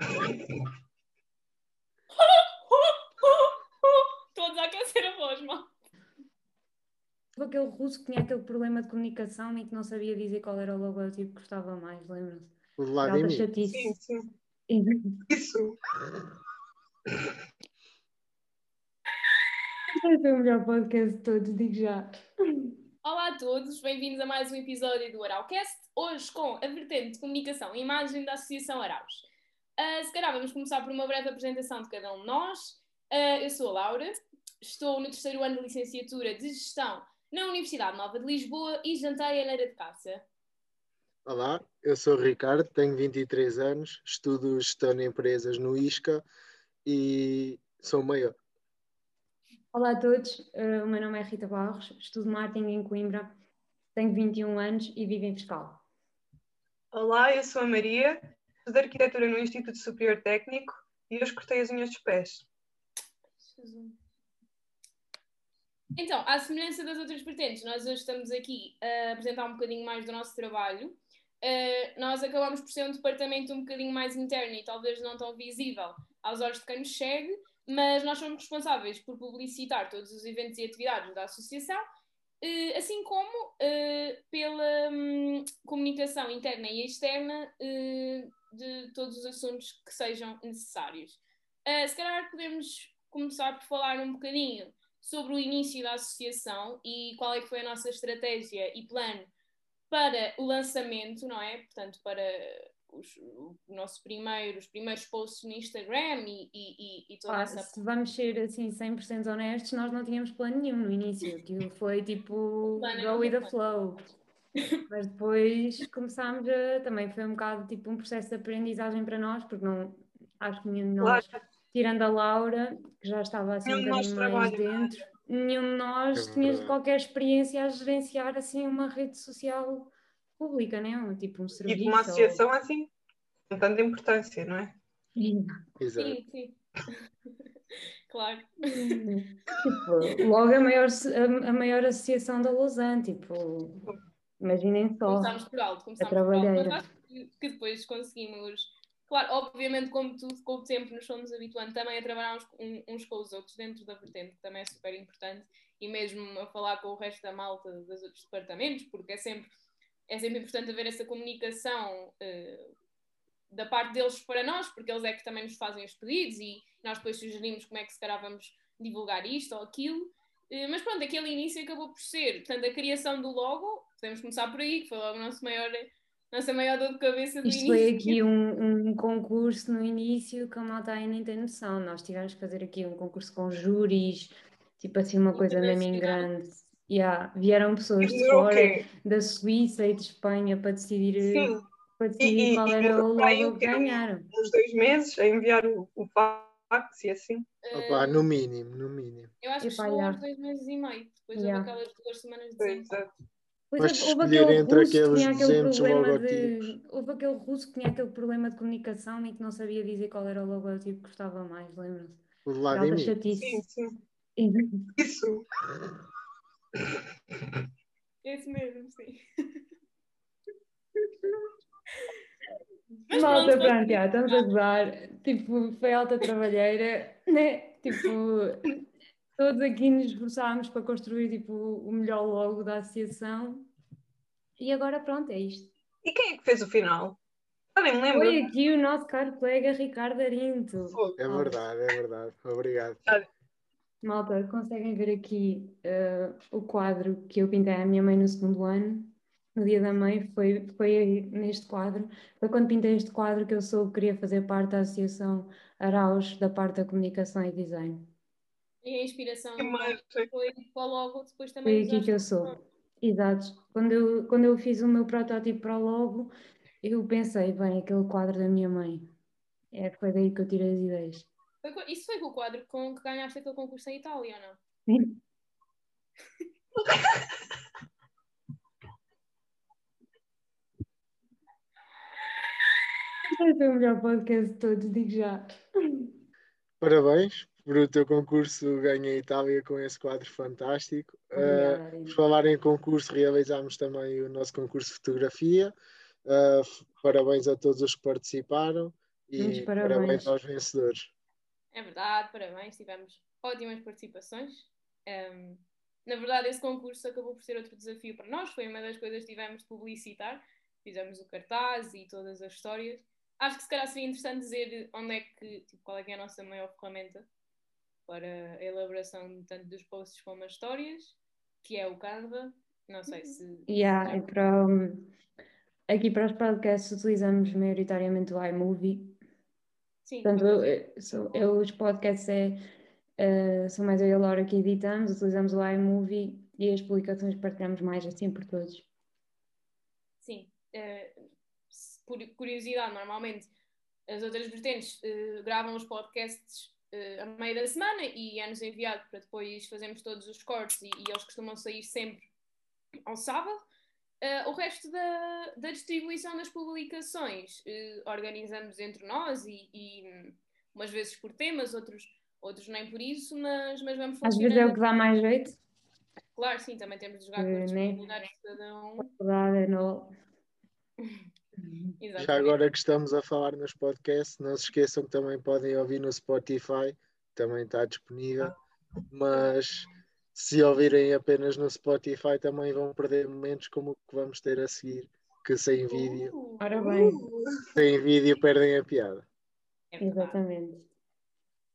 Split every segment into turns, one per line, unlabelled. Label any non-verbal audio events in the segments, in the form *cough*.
*laughs* ser a voz, mal.
Aquele russo que tinha aquele problema de comunicação e que não sabia dizer qual era o logotipo que gostava mais, lembra-se?
O de
Alta
Vladimir.
chatice.
Sim, sim. Isso.
Vai ser o melhor podcast de todos, digo já.
Olá a todos, bem-vindos a mais um episódio do Araucast, hoje com a vertente de comunicação e imagem da Associação Araus. Ah, se calhar vamos começar por uma breve apresentação de cada um de nós. Ah, eu sou a Laura, estou no terceiro ano de licenciatura de Gestão na Universidade Nova de Lisboa e jantei a Leira de Caça.
Olá, eu sou o Ricardo, tenho 23 anos, estudo gestão de empresas no ISCA e sou maior.
Olá a todos, eh, o meu nome é Rita Barros, estudo marketing em Coimbra, tenho 21 anos e vivo em Fiscal.
Olá, eu sou a Maria, estudo arquitetura no Instituto Superior Técnico e hoje cortei as unhas dos pés.
Então, à semelhança das outras vertentes, nós hoje estamos aqui a apresentar um bocadinho mais do nosso trabalho. Uh, nós acabamos por ser um departamento um bocadinho mais interno e talvez não tão visível aos olhos de quem nos segue, mas nós somos responsáveis por publicitar todos os eventos e atividades da associação, uh, assim como uh, pela hum, comunicação interna e externa uh, de todos os assuntos que sejam necessários. Uh, se calhar podemos começar por falar um bocadinho sobre o início da associação e qual é que foi a nossa estratégia e plano para o lançamento, não é? Portanto, para os, o nosso primeiro, os primeiros posts no Instagram e, e, e- e toda
Pá,
essa.
Ah, se vamos ser assim 100% honestos, nós não tínhamos plano nenhum no início, aquilo foi tipo
plano era
go with the
muito
flow. Mas depois começámos a, também foi um bocado tipo um processo de aprendizagem para nós, porque não acho que nenhum de nós,
Claro,
tirando a Laura, que já estava assim um
Nenhum de nós
bocadinho mais
trabalha é? na
dentro, nenhum de nós
É
tínhamos
verdade.
qualquer experiência a gerenciar assim uma rede social pública, né? Um, tipo um
e
serviço.
de uma associação assim, com tanta importância, não é?
ou-
Exato.
Sim, sim. *laughs* claro.
Tipo, logo a maior, a, a maior associação da Lausanne, tipo, imaginem só.
Começámos por alto, começámos
a
por alto, mas
Então, trabalheira.
acho que, que depois conseguimos. Claro, obviamente, como tudo, com o tempo nos fomos habituando também a trabalhar uns, um- uns com os outros dentro da vertente, que também é super importante, e mesmo a falar com o resto da malta dos outros departamentos, porque é sempre, é sempre importante haver essa comunicação eh, da parte deles para nós, porque eles é que também nos fazem os pedidos e nós depois sugerimos como é que se calhar vamos divulgar isto ou aquilo. Eh, Mas pronto, aquele início acabou por ser, portanto, a criação do logo, podemos começar por aí, que foi logo a nossa maior, nossa maior dor de cabeça do
Isto
início.
foi aqui um, um concurso no início que a malta aí nem tem noção. Nós tivemos que fazer aqui um concurso com júris, tipo assim, uma coisa mesmo em
Internacional.
grande. Yeah, vieram pessoas de
Demorou o
fora,
quê?
da Suíça e de Espanha para decidir,
Sim,
para decidir
e-
qual
e
era o
bem,
logo que
eu-
ganharam.
uns dois meses a enviar o, o fax e assim.
Eh,
Opa, no mínimo, no mínimo.
eu acho que
Epá,
chegou
já.
aos dois meses e meio, depois
Já.
houve aquelas duas semanas de
Pois
desempenho.
é.
Pois
Mas
é, houve
escolher
aquele
entre
russo que
aqueles
tinha aquele
200
problema de.
logotipos.
Houve aquele russo que tinha aquele problema de comunicação e que não sabia dizer qual era o logotipo que gostava mais, lembra-se?
O de
Alta
Vladimir.
Sim,
*laughs* chatice.
sim.
Exato.
Isso.
Esse mesmo, sim. Mas
Malta,
pronto,
pronto, já, estamos a gozar. Tipo, foi alta trabalheira, *laughs* né? Tipo, todos aqui nos esforçámos para construir tipo, o melhor logo da associação. E agora pronto, é isto.
E quem é que fez o final? Eu nem me
É
lembro.
Foi aqui o nosso caro colega Ricardo Arinto.
Fogo.
É verdade, é verdade. Obrigado.
Malta, conseguem ver aqui eh, o quadro que eu pintei à minha mãe no segundo ano, no dia da mãe, foi, foi aí neste quadro. Foi quando pintei este quadro que eu soube que queria fazer parte da Associação Araus, da parte da comunicação e design.
E a inspiração
Que margem.
foi para o logo, depois também
Foi
nos
aqui que eu
acho-
soube. Exato. Quando eu, quando eu fiz o meu protótipo para o logo, eu pensei, bem, aquele quadro da minha mãe. É, foi daí que eu tirei as ideias. *laughs*
Foi co- Isso foi com o quadro com que ganhaste aquele concurso em Itália, ou não?
Vai ser o melhor podcast de todos, digo já.
Parabéns por o teu concurso Ganha Itália com esse quadro fantástico. Ah,
Obrigada, Arina.
Por falar em concurso, realizámos também o nosso concurso de fotografia. Ah, f- parabéns a todos os que participaram e
Muitos
parabéns.
parabéns.
aos vencedores.
É verdade, parabéns, tivemos ótimas participações. Um, na verdade, esse concurso acabou por ser outro desafio para nós, foi uma das coisas que tivemos de publicitar. Fizemos o cartaz e todas as histórias. Acho que se calhar seria interessante dizer onde é que, tipo, qual é que é a nossa maior ferramenta para a elaboração tanto dos posts como as histórias, que é o Canva. Não sei se.
Yeah, e para, um, aqui para os podcasts utilizamos maioritariamente o iMovie.
Sim,
Portanto, eu, eu- sou- eu- os podcasts é, eh, são mais eu e a Laura que editamos, utilizamos o iMovie e as publicações partilhamos mais assim por todos.
Sim. eh, se- por curiosidade, normalmente as outras vertentes eh, gravam os podcasts eh, a meio da semana e é-nos enviado para depois fazermos todos os cortes e, e eles costumam sair sempre ao sábado. Eh, o resto da, da distribuição das publicações eh, organizamos entre nós e, e, hum, umas vezes por temas, outros, outros nem por isso, mas, mas vamos
Às vezes é o
funcionando.
que dá mais jeito,
Claro, sim, também temos de jogar
Eh,
com
né?
as disponibilidades de cada um.
dá, é no-
Exatamente.
Já agora que estamos a falar nos podcasts, não se esqueçam que também podem ouvir no Spotify, também está disponível. Mas se ouvirem apenas no Spotify, também vão perder momentos como o que vamos ter a seguir, que sem vídeo,
Uh,
Ora bem,
sem vídeo perdem a piada.
é verdade.
exatamente.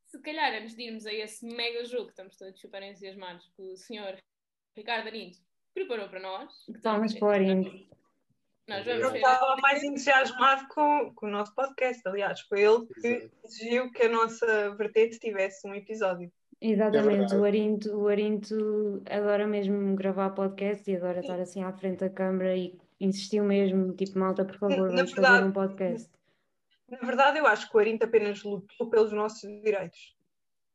se calhar antes de irmos a esse mega jogo que estamos todos super entusiasmados que o senhor Ricardo Arinto preparou para nós. que
Palmas
também-
para o Oriente.
Nós
Eu
vamos ver.
estava mais entusiasmado com, com o nosso podcast, aliás, foi ele que
Exato.
exigiu que a nossa vertente tivesse um episódio.
Exatamente,
verdade.
o Arinto, o Arinto adora mesmo gravar podcast e adora estar assim à frente da câmara e insistiu mesmo, tipo, malta, por favor,
Na
vamos fazer
verdade-
um podcast.
Na verdade, eu acho que o Arinto apenas lutou pelos nossos direitos.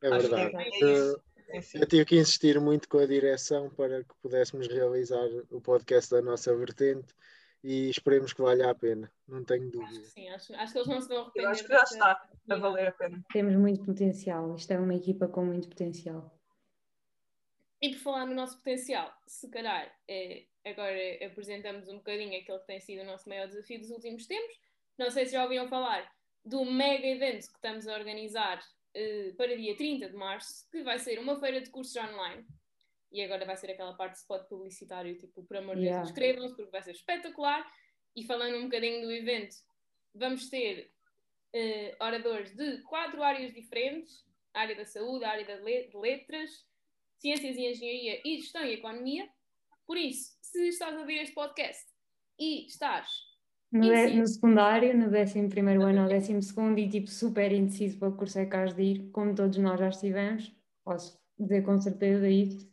É
acho
verdade.
que é isso. É sim.
Eu tive que insistir muito com a direção para que pudéssemos realizar o podcast da nossa vertente e esperemos que valha a pena, não tenho
Acho que
dúvida.
sim, acho, acho que eles não se vão arrepender.
Eu acho que já
dessa-
está a valer a pena.
Temos muito potencial, isto é uma equipa com muito potencial.
E por falar no nosso potencial, se calhar eh, agora apresentamos um bocadinho aquele que tem sido o nosso maior desafio dos últimos tempos. Não sei se já ouviram falar do mega evento que estamos a organizar eh, para dia 30 de março, que vai ser uma feira de cursos online. E agora vai ser aquela parte de spot publicitário, tipo, por amor de
Yeah.
Deus, inscrevam-se, porque vai ser espetacular. E falando um bocadinho do evento, vamos ter eh, oradores de quatro áreas diferentes: a área da saúde, a área da le- de letras, ciências e engenharia e gestão e economia. Por isso, se estás a ouvir este podcast e estás,
No,
Sim,
dé-
sim.
no secundário, no décimo primeiro ano ao décimo segundo e tipo super indeciso para o curso é que has de ir, como todos nós já estivemos, posso dizer com certeza isso.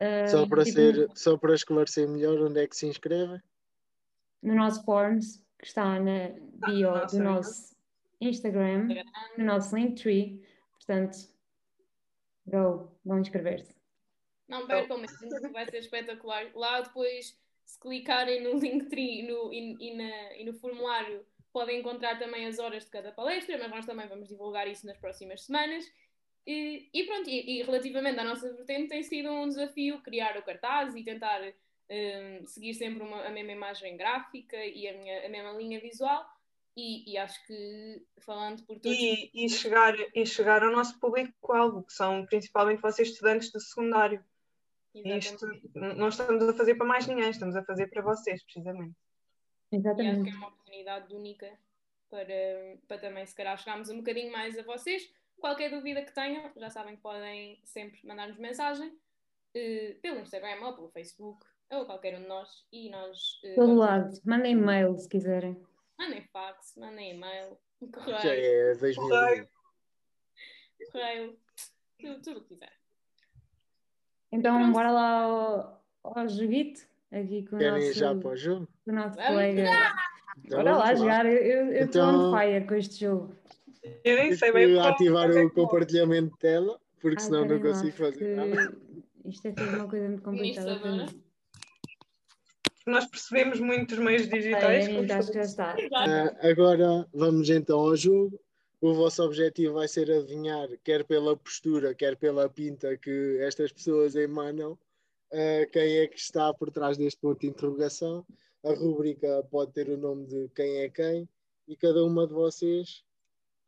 É.
Ah,
Só para,
tipo,
ser, só para esclarecer melhor onde é que se inscrevem,
No nosso Forms, que está na bio
nossa
do
bio.
nosso Instagram, no nosso Linktree, portanto, go, vão inscrever-se.
não
Então,
percam mesmo, porque vai ser espetacular. Lá depois, se clicarem no Linktree e no, e, e na- e no formulário, podem encontrar também as horas de cada palestra, mas nós também vamos divulgar isso nas próximas semanas. E, e pronto, e, e relativamente à nossa vertente, tem sido um desafio criar o cartaz e tentar hum, seguir sempre uma- a mesma imagem gráfica e a, minha- a mesma linha visual. E, e acho que, falando por todos,
E, e chegar, e chegar ao nosso público-alvo, que são principalmente vocês estudantes do secundário. E
exatamente.
isto n- não estamos a fazer para mais ninguém, estamos a fazer para vocês, precisamente.
E acho que
Exatamente.
é uma oportunidade única para, para também, se calhar, chegarmos um bocadinho mais a vocês. Qualquer dúvida que tenham, já sabem que podem sempre mandar-nos mensagem eh, pelo Instagram ou pelo Facebook ou qualquer um de nós. E nós. eh,
Pelo
vamos-
lado, mandem mail se quiserem.
Mandem fax, mandem e-mail, *laughs*
já
correio,
é 2020.
correio, tudo, tudo o que quiser.
Então,
Pronto.
bora lá ao, ao joguito, aqui com o
Querem ir
nosso,
já para o jogo?
com o nosso
Vamos
colega.
Então
Bora lá
vamos
jogar, eu- eu eu estou
Então-
on fire com este jogo.
Eu nem sei
Tive
bem é
que
como
ativar
fazer
o compartilhamento de tela, porque
Ai,
senão não
peraí lá,
consigo fazer nada.
porque Isto é tudo uma coisa muito complicada para
Administradora.
mim.
Nós percebemos muito os meios digitais.
Ai, Anitta, acho que já está.
Ah, agora vamos então ao jogo. O vosso objetivo vai ser adivinhar, quer pela postura, quer pela pinta que estas pessoas emanam, ah, quem é que está por trás deste ponto de interrogação. A rubrica pode ter o nome de quem é quem, e cada uma de vocês,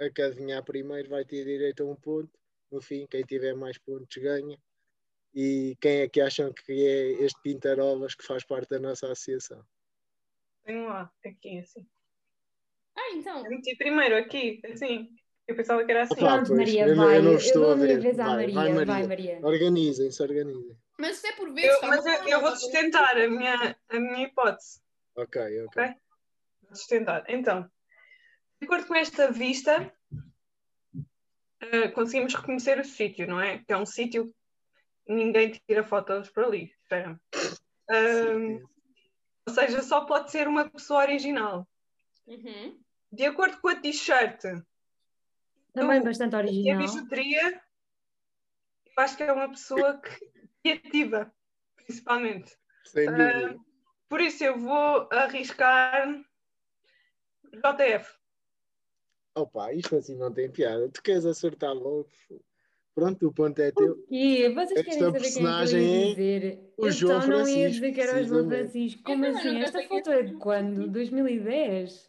a que adivinhar primeiro, vai ter direito a um ponto. No fim, quem tiver mais pontos ganha. e quem é que acham que é este Pintarolas que faz parte da nossa associação?
Tenho lá, um aqui, assim.
Ah, então.
Eu meti primeiro aqui, assim. Eu pensava que era assim.
Opa. Ah,
Pronto,
pois,
Maria,
eu não-
vai.
eu não
Eu,
estou
dou
a
a minha
ver.
vez à
Vai,
Maria.
vai,
Vai,
Maria. Então,
Maria.
Organizem-se, organizem.
Mas até por vezes.
Eu-
tá
mas
bom,
eu, eu vou
tá bom.
sustentar a minha, a minha hipótese.
Ok, ok.
Vou sustentar. Então, de acordo com esta vista, eh, conseguimos reconhecer o sítio, não é? Que é um sítio que ninguém tira fotos por ali. espera. Ahm,
Certeza.
ou seja, só pode ser uma pessoa original.
Uhum.
De acordo com a t-shirt
Também é
Eu-
bastante
e a
original.
bijuteria, eu acho que é uma pessoa que, criativa, principalmente.
Sem
Ah,
dúvida.
Por isso eu vou arriscar JF.
Opa, isto assim não tem piada. Tu queres acertar logo? Pronto, o ponto é teu.
E vocês querem
Esta
saber
personagem
quem é que eu
é
ia dizer?
o
eu
João
só não ia
Francisco,
dizer que era o João
precisamente.
Francisco. Como
Eu também
assim?
nunca
Esta
sei
foto
quem é
é de quando? 2010?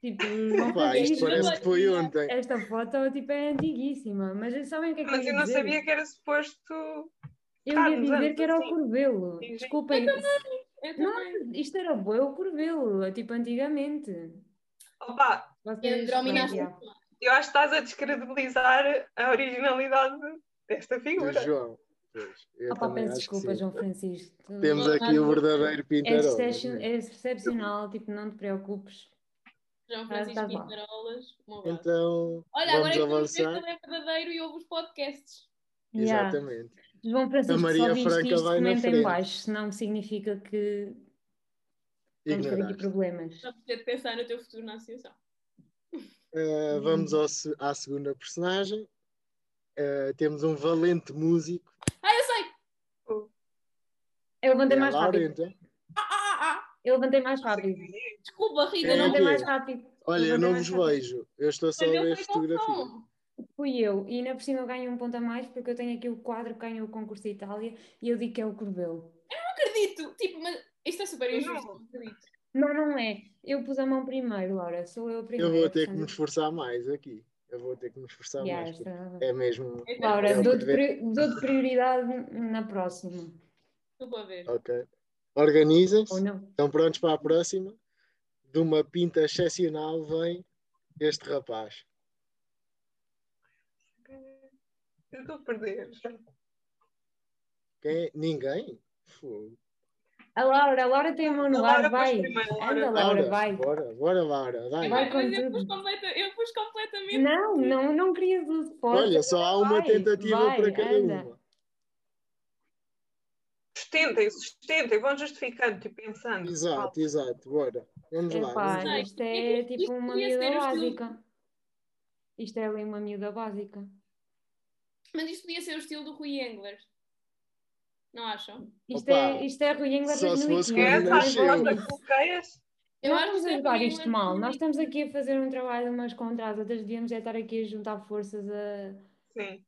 Tipo, não
Opa,
fazia
isto
isso.
parece que foi ontem.
Esta foto tipo, é antiguíssima, mas sabem o que é que
Mas
ia
eu não
dizer?
sabia que era suposto.
Eu
Ah,
ia
nos
dizer
anos
que era o
assim.
Corvelo.
Sim, sim.
Desculpem,
Eu
Não.
também.
isto era bué o Corvelo, tipo antigamente.
Opa,
Eu
Vocês-
dominaste.
Pronto, já.
eu acho que estás a descredibilizar a originalidade desta
Do
figura.
João. Pois, eu
Opa,
também
peço
acho que
desculpa,
sim.
João Francisco. Tu-
Temos aqui um o verdadeiro
É,
Pintarolas.
excepcion- é excepcional, tipo, não te preocupes.
João
tá
Francisco
bom.
Pintarolas. Um abraço.
Então,
Olha,
vamos
agora é que eu sei que
avançar.
ele é verdadeiro e ouve os podcasts.
Yeah.
Exatamente.
João Francisco,
A Maria
só viste
Franca
isto,
vai na
comenta em
frente.
baixo, senão significa que vamos ter aqui
Ignoraste.
problemas.
Só podia de pensar no teu futuro na associação.
Uh, vamos ao se- à segunda personagem. Uh, temos um valente músico.
Ah, eu sei!
Eu levantei
É a
mais
Laura,
rápido.
então.
Ah, ah, ah,
Eu levantei mais rápido.
ah. Desculpa, Rita,
Eu
É,
não
levantei
é.
mais rápido.
Olha, eu
Levantei
não
mais
vos
rápido.
vejo. Eu estou só a
mas eu
ver as
fui com
fotografias.
som.
Fui eu, e ainda por cima eu ganho um ponto a mais porque eu tenho aqui o quadro que ganhou o concurso de Itália e eu digo que é o Corbelo.
Não acredito! Tipo, mas isto é super
Eu
injusto.
não.
Não acredito.
Não, não é. Eu pus a mão primeiro, Laura. Sou eu a primeira.
Eu vou ter que me
portanto.
esforçar mais aqui. Eu vou ter que me esforçar
Yeah,
mais. porque
está-
É mesmo.
Então,
tá. Laura,
eu
dou-te
vou
pri- dou-te prioridade na próxima.
Desculpa a ver.
Ok. Organizem-se.
Ou não?
Estão prontos para a próxima? De uma pinta excepcional vem este rapaz.
Eu estou a perder. já.
Quem é? Ninguém? Fogo.
A Laura, a Laura tem a mão
A
no
Laura
ar,
pôs
vai.
primeiro, a
Anda,
Laura.
Laura, vai.
Bora, bora, Laura. Dai.
Vai com
Tipo, Mas eu
tudo.
pus, completa, eu pus completamente.
Não, não, não querias o suporte.
Olha, só há uma
vai,
tentativa
vai,
para cada
anda.
uma.
Sustentem, sustentem, vão justificando, tipo, pensando.
Exato, exato. Bora. Vamos lá.
Epá,
Vamos lá.
sei.
isto é
Isto-
tipo
isto
uma
devia
miúda
ser o estilo-
básica. Isto é ali uma miúda básica.
Mas isto podia ser o estilo do Rui Engler. Não acham?
Isto
Opa,
é, isto é Rui Engler
só se fosse
2015.
É,
Não
faz
nasceu.
volta, bloqueias.
Eu
Nós
acho que
estamos
isto
a
é
jogar
Rui
isto
Engler
mal.
2015.
Nós estamos aqui a fazer um trabalho umas contra as outras. Devíamos é estar aqui a juntar forças a...
Sim.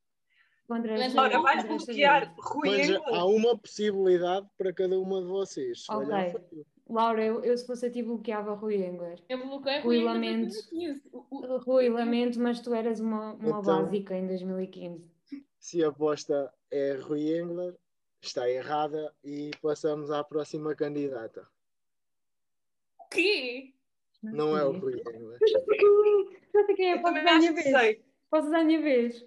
contra
Mas
esta-
Laura, vais
contra esta
bloquear
gente.
Rui
Mas ah,
Engel.
há uma possibilidade para cada uma de vocês.
Ok.
Olha, foi.
Laura, eu, eu se fosse a ti bloqueava Rui Engler.
Eu bloqueei
Rui,
Rui Engler
lamento.
2015. O- o-
Rui,
Uhum.
lamento, mas tu eras uma, uma
Então.
básica em 2015.
se a aposta é Rui Engler, está errada e passamos à próxima candidata.
O quê?
Não é o
sei.
Rui Engler.
Eu *laughs* Já sei quem é, já sei quem é.
Eu
Posso
também
dar a minha
acho que
vez?
sei.
Posso dar a minha vez?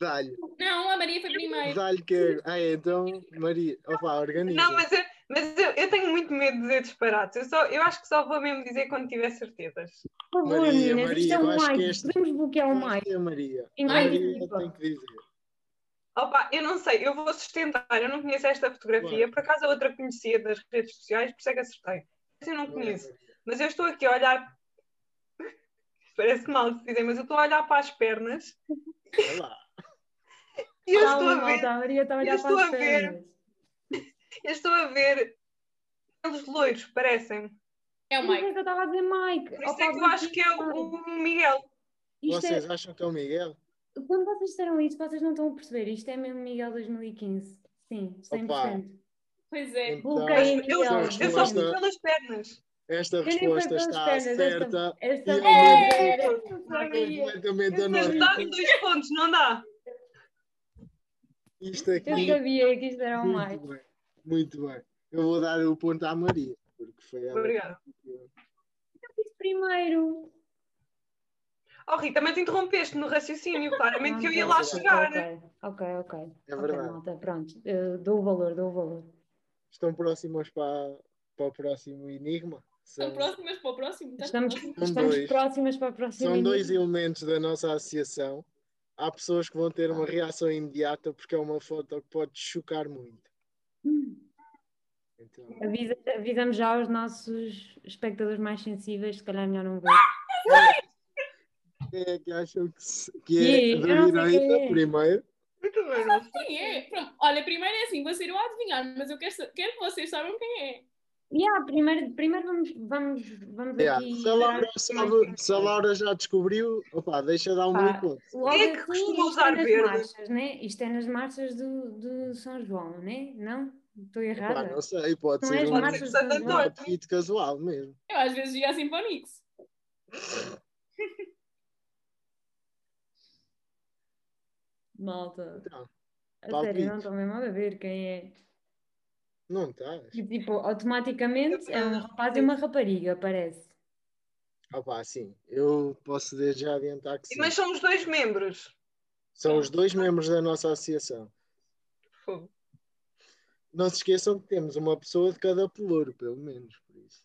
Dá-lhe,
Não, a Maria foi primeiro.
dá-lhe que é. Ah, então, Maria, opa, organiza.
Não, mas, eu, mas eu, eu tenho muito medo de dizer disparates. Eu, só, eu acho que só vou mesmo dizer quando tiver certezas.
Por favor,
Maria,
meninas, isto
Maria,
é
eu
o
acho que
Mike.
este-
Podemos bloquear um o Mike.
Sim, é Maria.
Tem
mais
Maria
desculpa.
tem que dizer.
Opa, eu não sei, eu vou sustentar. Eu não conheço esta fotografia. Por acaso a outra conhecia das redes sociais, por isso é que acertei. Essa eu não
Bora,
conheço.
é Maria.
Mas eu estou aqui a olhar. Parece mal de dizer, mas eu estou a olhar para as pernas
Vai lá.
e eu
Ah,
estou a
malta,
ver,
a Maria está a
Eu
olhar
estou
para as
a ver.
pernas.
eu estou a ver pelos loiros, parecem.
É o
Por isso
Mike.
é que eu estava a dizer Mike.
Por isso
Opa,
é que eu acho que é o,
bloqueia
o Miguel.
Mike. Isto é-
Vocês acham que é o Miguel?
Quando vocês disseram isso, vocês não estão a perceber. Isto é mesmo Miguel 2015. Sim, 100%.
Pois é.
Então,
Bloqueia
Eu,
Miguel.
Não,
eu só vi pelas pernas.
esta
Eu nem fui
resposta
pelas
está
pernas, esta-
certa.
Esta
Eu
é,
Eu
Completamente
Mas
anónima.
dá-me dois pontos, não dá?
Isto aqui.
Eu sabia que isto era um like.
Muito bem, muito bem. Eu vou dar o ponto à Maria, porque foi ela.
Obrigada.
Fiz primeiro.
Oh, Rita, mas interrompeste no raciocínio, claramente que eu ia lá
Ah, Ok,
chegar. né?
Ok, ok. ok.
É
Ok,
verdade.
malta, pronto. Eh, dou o valor, dou o valor.
Estão próximos para, para o próximo enigma?
Estão
São,
próximas para o próximo?
Tá
Estás
Estamos,
próximo?
estamos
dois.
próximas para a próxima.
são dois elementos da nossa associação. Há pessoas que vão ter uma reação imediata porque é uma foto que pode chocar muito. um. Então,
Avisa- avisamos já os nossos espectadores mais sensíveis, se calhar melhor não ver.
quem é que acham que, se- que é
Ih, eu
da
não sei quem
direita
é.
primeiro?
Muito bem, não sei.
Quem é? Pronto, olha, primeiro é assim, vou ser eu a adivinhar, mas eu quero, sa- quero que vocês saibam quem é.
Yeah, primeiro, primeiro vamos, vamos, vamos
Yeah. um
aqui. é
Se, a Laura,
dar-
se a- se a Laura já descobriu, opa, deixa dar um
Pá.
bom ponto.
Logo
Quem é que
assim,
costuma
isto
usar
é nas
verde?
marchas, né? Isto é nas marchas do, do São João, né? não? Estou
Opa,
errada.
não sei, pode
Não é
ser
és
um
macho.
Pode ser de Santo
um
António.
outfit casual mesmo.
Eu às vezes ia assim para o Nix.
Malta.
Então,
A
palpite.
sério, não estou mesmo a ver quem é.
Não estás?
E, tipo, automaticamente é um rapaz e uma rapariga, parece.
Opa, sim, eu posso desde já adiantar que sim.
Mas somos dois membros.
São os dois membros da nossa associação.
Fogo.
Não se esqueçam que temos uma pessoa de cada pelouro, pelo menos, por isso.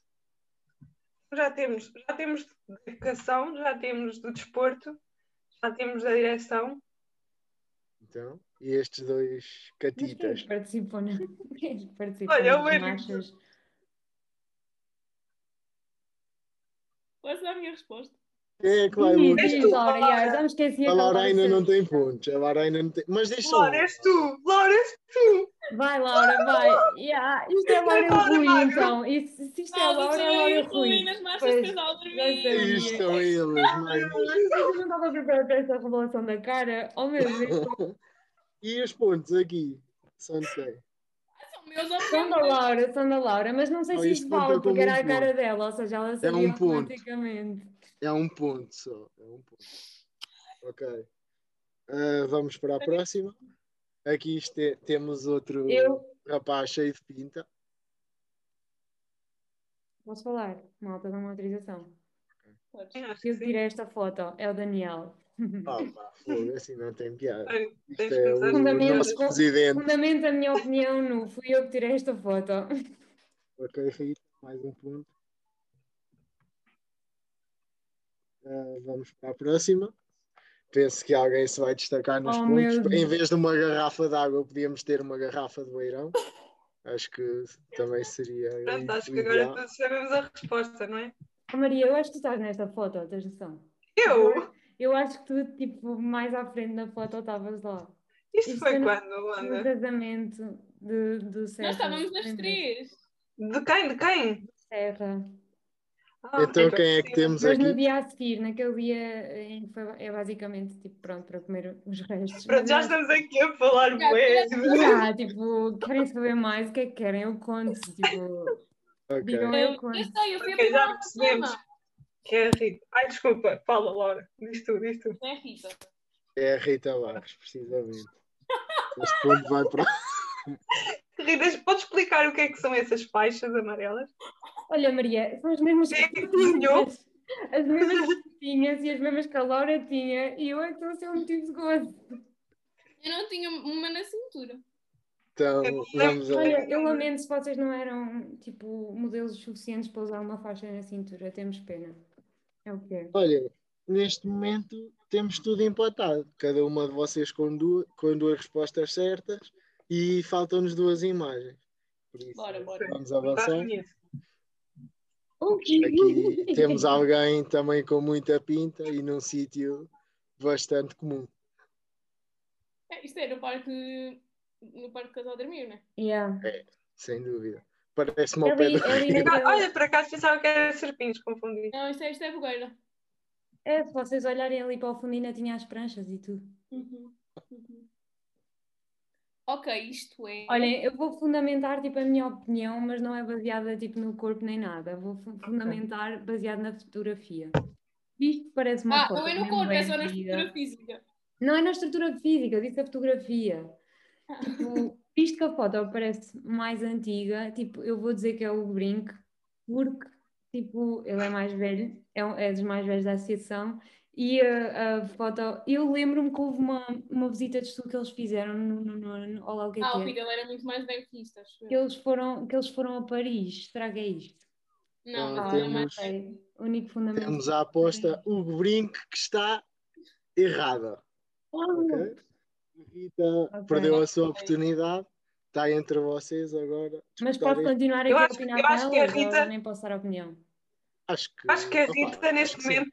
Já temos, já temos de educação, já temos do desporto, já temos da direção.
Então, e estes dois
Mas quem é
catitas.
que participou na... *laughs* Quem é que participou
Olha,
nas
o Eric.
marchas?
Posso dar a minha resposta?
Quem é que vai
Diz,
muito?
diz,
tu,
Laura,
Laura.
já, já me esqueci.
A Laura
agora,
ainda
sim.
não tem pontos. A Laura ainda não tem. Mas deixa só
Laura,
um.
és tu! Laura, és tu!
Vai, Laura, vai. Yeah, isto é
Isto é
Laura e o
Laura
Rui,
Magro.
então. Isto, se isto é
Ah,
Laura, é
sou
Laura e
eu,
o
Rui,
Rui.
nas marchas
Pois, é
de casal
já
dormir.
sei.
Isto são eles, um. mano.
Eu não estava preparada para esta revelação da cara. Oh, meu Deus.
*laughs* E os pontos aqui? São de quem?
São meus ou
São da Laura, são da Laura. Mas não sei
Oh,
se
isto
isto
conta
vale, porque
como
era
um
a cara dela. Ou seja, ela sabia
um ponto.
automaticamente.
É um ponto só. É um ponto. Ok. Ah, vamos para a próxima. Aqui este- é- temos outro
Eu
rapaz cheio de pinta.
posso falar? Malta, dá uma autorização.
Podes.
Acho que
Eu
Ah, sim. é
tirei esta foto. É o Daniel.
Ah, pá, fogo, assim não tem piada.
Olha,
Isto
tens
é
que
o
usar-
Fundamento.
nosso presidente.
Fundamento a minha opinião, nu. Fui eu que tirei esta foto. *laughs*
Ok, Rita, mais um ponto. Ah, vamos para a próxima. Penso que alguém se vai destacar nos
Oh,
pontos.
meu Deus.
Em vez de uma garrafa de água, podíamos ter uma garrafa de beirão. Acho que também seria.
Pronto, acho que
o
agora é
ideal.
todos sabemos a resposta, não é?
Oh, Maria, eu acho que tu estás nesta foto, tens noção?
Eu?
Eu acho que tu, tipo, mais à frente na foto estavas lá.
Isto
Isto
foi
é-
quando,
No
Holanda?
casamento de, do Serra.
Nós estávamos nas
lembras?
três.
De quem? De quem?
Serra.
Ah,
Então, quem é que temos
Mas no
aqui?
dia a seguir, naquele dia em que foi, é basicamente, tipo, pronto, para comer os restos.
Pronto, já
Mas eu-
estamos aqui a falar
Já,
bué.
Já, tipo, querem saber mais? O que é que querem? Eu conto, tipo,
Ok.
digam
Eu,
eu
eu
conto.
sei, eu fui a
Ok, já
primeira
percebemos. Que é a Rita. Ai, desculpa. Fala, Laura. Diz tu, diz tu.
É a Rita.
É a Rita Barros, precisamente. Este ponto vai para.
Rita, podes explicar o que é que são essas faixas amarelas?
Olha, Maria, são as mesmas
Quem é que desenhou?
as, as mesmas que
*laughs*
tu tinhas e as mesmas que a Laura tinha, e eu é que estou a ser um motivo de gozo.
Eu não tinha uma na cintura.
Então, vamos a.
Olha, eu lamento se vocês não eram tipo modelos suficientes para usar uma faixa na cintura, temos pena. É o que é.
Olha, neste momento temos tudo empatado. Cada uma de vocês com duas, com duas respostas certas e faltam-nos duas imagens. Por isso,
Bora, bora.
vamos
Tá
avançar.
bonito.
Aqui temos alguém também com muita pinta e num sítio bastante comum.
É, isto é no parque. No parque Casal Dormir, não é?
*laughs* Yeah.
Sem dúvida. Parece-me ao pé
Ali,
do
ali
*laughs* Ah,
naquela-
Olha, por acaso pensava que era serpinhos, confundi.
Não, isto é, isto é fogueira.
É, se vocês olharem ali para o fundo ainda tinha as pranchas e tudo.
Uhum, uhum. Ok, isto é.
Olhem, eu vou fundamentar tipo a minha opinião, mas não é baseada tipo no corpo nem nada. Vou fu- fundamentar baseado na fotografia. Isto parece uma
ah,
foto.
não é no
mesmo
corpo,
bem
é só na
medida.
estrutura física.
Não é na estrutura física, eu disse a fotografia.
Ah.
Tipo, visto que a foto parece mais antiga, tipo, eu vou dizer que é o Brink, porque tipo, ele é mais velho, é, um- é dos mais velhos da associação, e a, a foto, eu lembro-me que houve uma, uma visita de estudo que eles fizeram no, no, no, no Olá o que é
Ah, o
que é.
Fidel era muito mais velho que isto, acho eu.
Que eles foram, que eles foram a Paris, será que é isto?
Não,
Ah,
ele era mais
temos-
velho.
Ok, Único fundamento.
Temos a aposta Hugo Brinco que está errada. ok? Rita
Ok.
perdeu a sua oportunidade, está entre vocês agora.
Mas
Disputar
posso
este-
continuar aqui
Eu
a
acho-
opinar
eu acho que a
delas ou
Rita-
nem posso dar opinião?
Acho que,
Acho que a
opa,
Rita
acho
neste
que sim.
momento.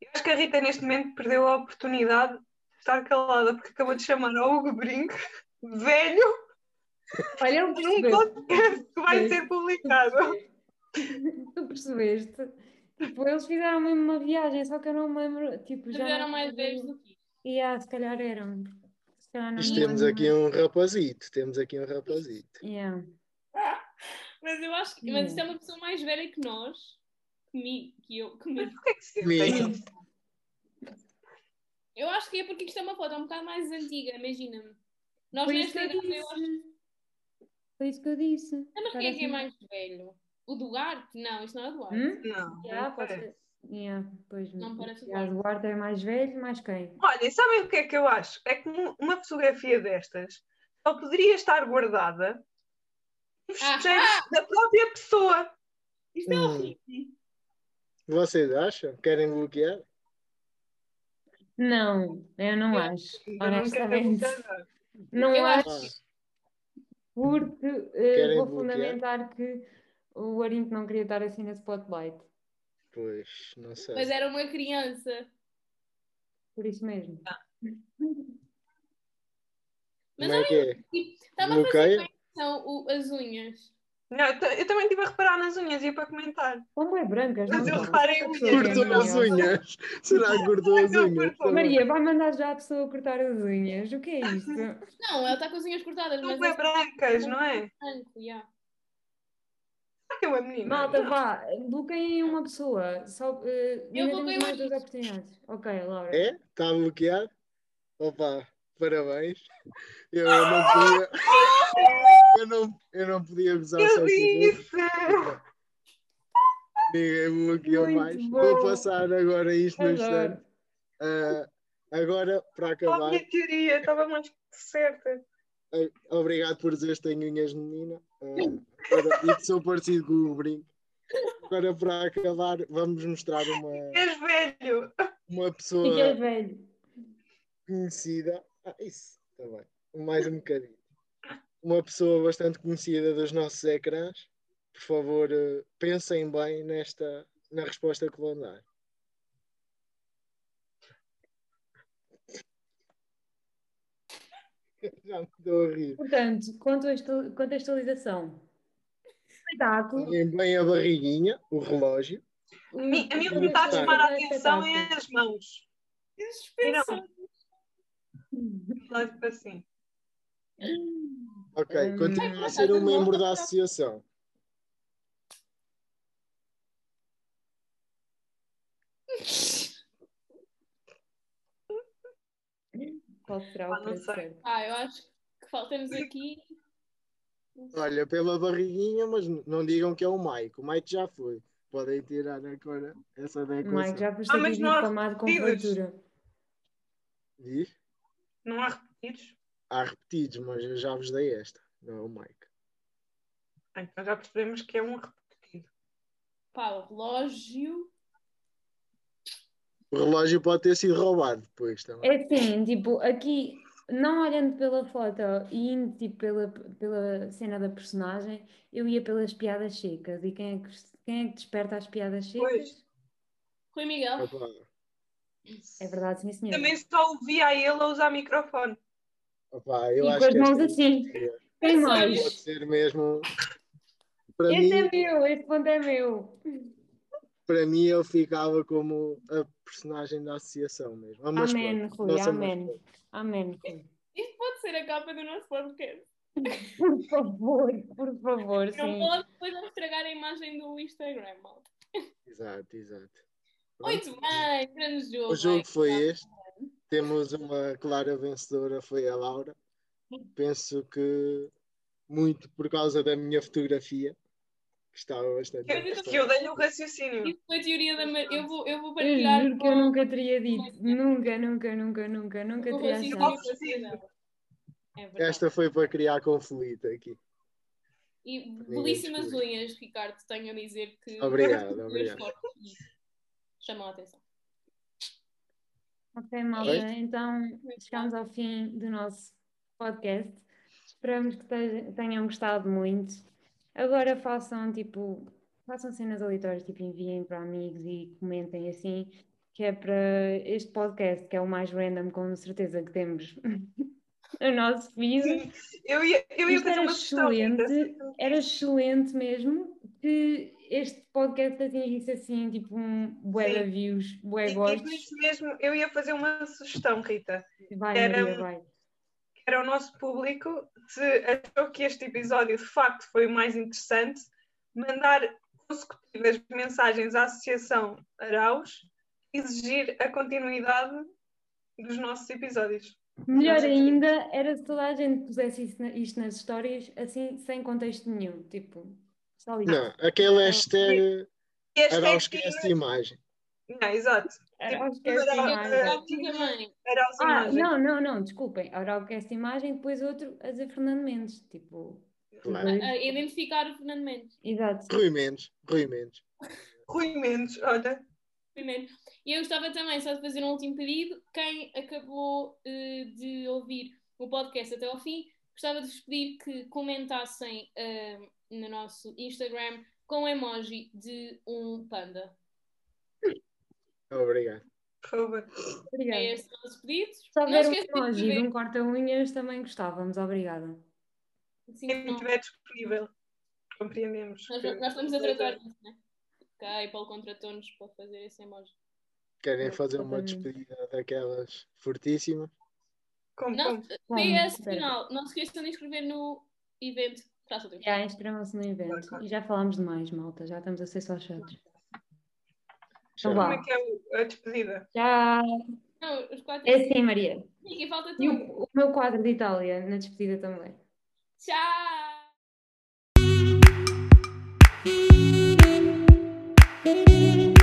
Eu acho que a Rita neste momento perdeu a oportunidade de estar calada porque acabou de chamar ao Hugo Brinco velho
Olha, eu
num
percebi.
podcast que vai ser publicado.
*laughs* Tu percebeste? Tipo, eles fizeram mesmo uma viagem, só que eu não me lembro. Tipo, já
Mas eram
não
mais
lembro.
velhos do que isto.
E ah, se calhar eram. Se calhar não
Mas
me
temos
lembro.
aqui um rapazito, temos aqui um rapazito.
Yeah.
Mas eu acho que. Mas isto é
Hum.
uma pessoa mais velha que nós. Que, mi, que eu. Que mi.
Por que é que se
Sim.
fez?
Eu acho que é porque isto é uma foto um bocado mais antiga, imagina-me. Nós
Foi isso que
nesta
eu
idade, eu acho.
disse. Foi isso que eu disse.
Ah, Mas quem é
Parece
que é
um-
mais velho? O Duarte? Não, isto não é o Duarte.
Hum?
Não.
Yeah, pode
não parece.
ser. Yeah, pois,
Não parece
yeah,
igual.
Duarte é mais velho, mais quem?
Olha, sabem o que é que eu acho? É que um- uma fotografia destas só poderia estar guardada nos
Ah,
festejos da própria pessoa.
Isto é
Hum.
horrível.
Vocês acham? Querem bloquear?
Não, eu não
Eu
acho.
Eu não é quero
Honestamente,
nada.
não
Eu
acho.
Ah,
é-
Porque eh,
Querem
vou
bloquear?
fundamentar que o Arinto não queria estar assim na spotlight.
pois, não sei.
Mas é era uma criança.
Por isso mesmo.
Tá.
Mas
Como é que é?
Estava a
Bloqueia?
fazer bem que são o- as unhas.
Não, eu, ta- eu também estive a reparar nas unhas e para comentar.
Como é brancas, não
Mas eu
são?
reparei em
Sim,
unhas.
Curto.
Cortou
não.
as unhas? Será que cortou as
Não,
unhas? é
cortou.
Maria, vai mandar já a pessoa cortar as unhas. O que é
*laughs*
isto?
Não, ela está com as unhas cortadas,
Não
mas
foi
é
brancas, não é?
branco, já.
Será que é uma menina?
Malta, vá, bloqueiem uma pessoa. Só, eh, ainda temos
bloqueio
mais
a
duas
Rita.
oportunidades. Ok, Laura.
É? Está bloqueado? Opa, parabéns. Eu não podia. Eu não, eu não podia gozar só
Eu
com os outros.
disse!
Ninguém me bloqueou
Muito
mais.
bom.
Vou passar agora isto no
Adoro.
instante. Ah, agora, para
A
acabar,
minha teoria estava mais que certa.
ah, obrigado por dizeres que tenho unhas de menina. Ah, agora- e que sou parecido com o brinco. Agora, para acabar, vamos mostrar uma,
És velho!
uma
Fiquei
pessoa
velho.
conhecida. Ah, isso, está bem. Mais um bocadinho. Uma pessoa bastante conhecida dos nossos ecrãs. Por favor, eh, pensem bem nesta, na resposta que vão dar. *laughs* Já me estou a rir.
Portanto, contextu- contextualização. Espetáculo.
Olhem bem a barriguinha, o relógio.
A mim, a mim o que
Muito
me está a
bem.
chamar a atenção é
Espetáculo.
as mãos.
Suspensão.
Tipo assim.
Ok,
Hum.
continua a ser um membro da associação.
Qual será
Ah,
o
não
preço
sei.
certo?
Ah, eu acho que faltamos aqui.
Olha, pela barriguinha, mas n- não digam que é o Mike. O Mike já foi. Podem tirar agora essa da equação.
Mike, já foste
Ah,
aqui
mas não há
difamado com
repetidas.
fartura.
Diz?
Não há repetidos?
Há repetidos, mas eu já vos dei esta. Não é o Mike.
Ah, Então já percebemos que é um repetido.
Pá, o relógio.
O relógio pode ter sido roubado depois também.
É assim, tipo, aqui, não olhando pela foto e indo tipo, pela, pela cena da personagem, eu ia pelas piadas secas. E quem é que, quem é que desperta as piadas secas?
Pois.
Rui Miguel.
Opa,
É verdade, sim, senhor.
Também só ouvia a ele a usar microfone.
opa,
E
eu
com
acho
as
que
mãos
esta
assim.
É
Quem mais?
sério?
pode ser mesmo. Para
Este
mim,
é meu, este ponto é meu.
para mim, eu ficava como a personagem da associação mesmo. Ah, mas
Amém,
pronto,
Rui,
não são mais
amém.
pronto.
Amém, Rui.
Isto pode ser a capa do nosso podcast.
Por favor, por favor,
Não
sim.
pode depois não estragar a imagem do Instagram, malta.
Exato, exato. Pronto.
Muito bem, tá? grande jogo.
O jogo
Mike.
foi este. Temos uma clara vencedora, foi a Laura. penso que muito por causa da minha fotografia, que estava bastante.
Eu disse que eu dei-lhe o raciocínio.
Isso foi a teoria da Maria. Eu vou, eu vou
Eu
partilhar.
juro que eu nunca teria dito. Nunca, nunca, nunca, nunca, nunca
o
teria
raciocínio
achado.
achado.
dela. É verdade.
Esta é foi para criar conflito aqui.
E belíssimas unhas, Ricardo, tenho a dizer que.
Obrigado,
Duas
obrigado.
fotos e Chamam a atenção.
Ok, malta, então chegamos ao fim do nosso podcast. Esperamos que te- tenham gostado muito. Agora façam tipo, façam cenas aleatórias, tipo enviem para amigos e comentem assim, que é para este podcast, que é o mais random, com certeza que temos *laughs* o nosso feed.
Eu ia, eu ia
Isto
fazer
era
uma questão. ainda.
excelente, era excelente mesmo que este podcast atingisse assim, tipo, um bué de
Sim.
views,
E-
bué
e por
gostos.
isso mesmo, eu ia fazer uma sugestão, Rita.
Vai,
era
Maria,
um-
vai.
que Era o nosso público, se achou que este episódio de facto foi o mais interessante, mandar consecutivas mensagens à Associação Araus, exigir a continuidade dos nossos episódios.
Melhor
Nós é que
ainda era se toda a gente pusesse isso na- isto nas histórias, assim, sem contexto nenhum. Tipo, só isso.
Não, aquele hashtag
E esta
era
é
os que esta imagem.
Não, exato.
Era o que
Mas
esta
era-
Eu
imagem.
gosto também.
Araus
Ah,
Imagem.
não, não, não, desculpem. Era o que esta imagem, depois outro a dizer Fernando Mendes. Tipo,
Claro.
A Ah, identificar o Fernando Mendes.
exato.
Rui Mendes, Rui Mendes.
Rui Mendes, olha.
Primeiro. E eu gostava também só de fazer um último pedido. Quem acabou eh, de ouvir o podcast até ao fim, gostava de vos pedir que comentassem eh, no nosso Instagram com o emoji de um panda.
Obrigado.
Por favor.
Obrigada.
É este o nosso pedido.
Se
Não
houver um
esqueçam de
emoji de
escrever.
um corta-unhas, também gostávamos. Obrigada.
Sim,
Quem
não.
estiver disponível, compreendemos.
Nós,
que-
nós estamos a tratar disso, né? Que a Apple contratou-nos para fazer esse emoji.
Querem fazer uma
Exatamente.
despedida daquelas fortíssimas?
Com,
Não,
com-
PS
é
espera.
assim,
final. Não se esqueçam de inscrever no evento. Traça o tempo.
Já inscrevam-se no evento. E já falámos demais, malta. Já estamos a ser só chatos.
Já.
Então
Como é que é o- a despedida?
Já.
Não, os quatro.
É assim, Maria.
E falta
E
tu.
o, o meu quadro de Itália, na despedida também.
Tchau!
Thank you.